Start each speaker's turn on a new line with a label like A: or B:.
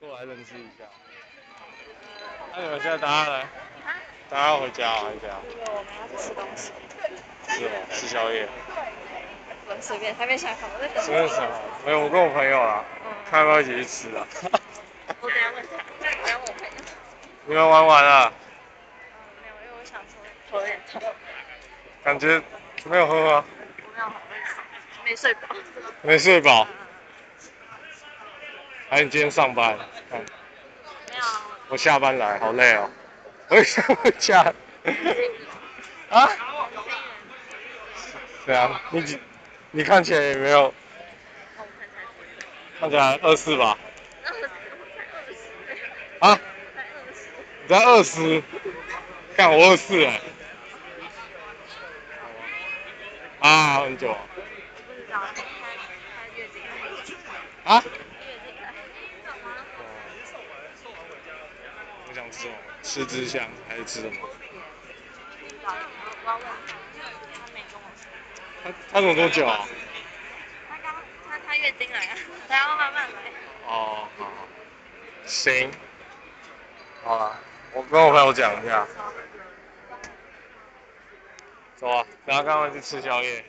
A: 过来认识一下。那你们现在大家来？大家要回家哦，回家。
B: 因为我们要去吃东西，
A: 是哦，吃宵夜。
B: 我们随便，还没想好，我在等
A: 吃的什么？没有，我跟我朋友啦，看要不要一起去吃啊？
B: 我等下问他，我要问我朋友。
A: 你们玩完啊了，
B: 嗯，没有，因为我想说头有点痛，
A: 感觉没有喝吗？
B: 我没有好累，没睡饱。
A: 没睡饱？还是你今天上班？看
B: 没有，啊
A: 我下班来，好累哦。我也想回家。啊？对啊，你几你看起来也没有，
B: 我看才
A: 看起来二四吧？
B: 二十，我才二
A: 啊？
B: 十，我才二十，
A: 你才二十，看我二四哎，啊，很久啊
B: 不知道他他月经来，月经
A: 啊！
B: 来，怎么了？
A: 我想吃什么？吃之香还是吃什么？
B: 不知道，我要问他，他没跟我说。
A: 他他怎么多久啊？
B: 他刚他他月经来啊，然后慢慢来。
A: 哦，好，好行，好啊，我跟我朋友讲一下，走啊，然后跟他们去吃宵夜。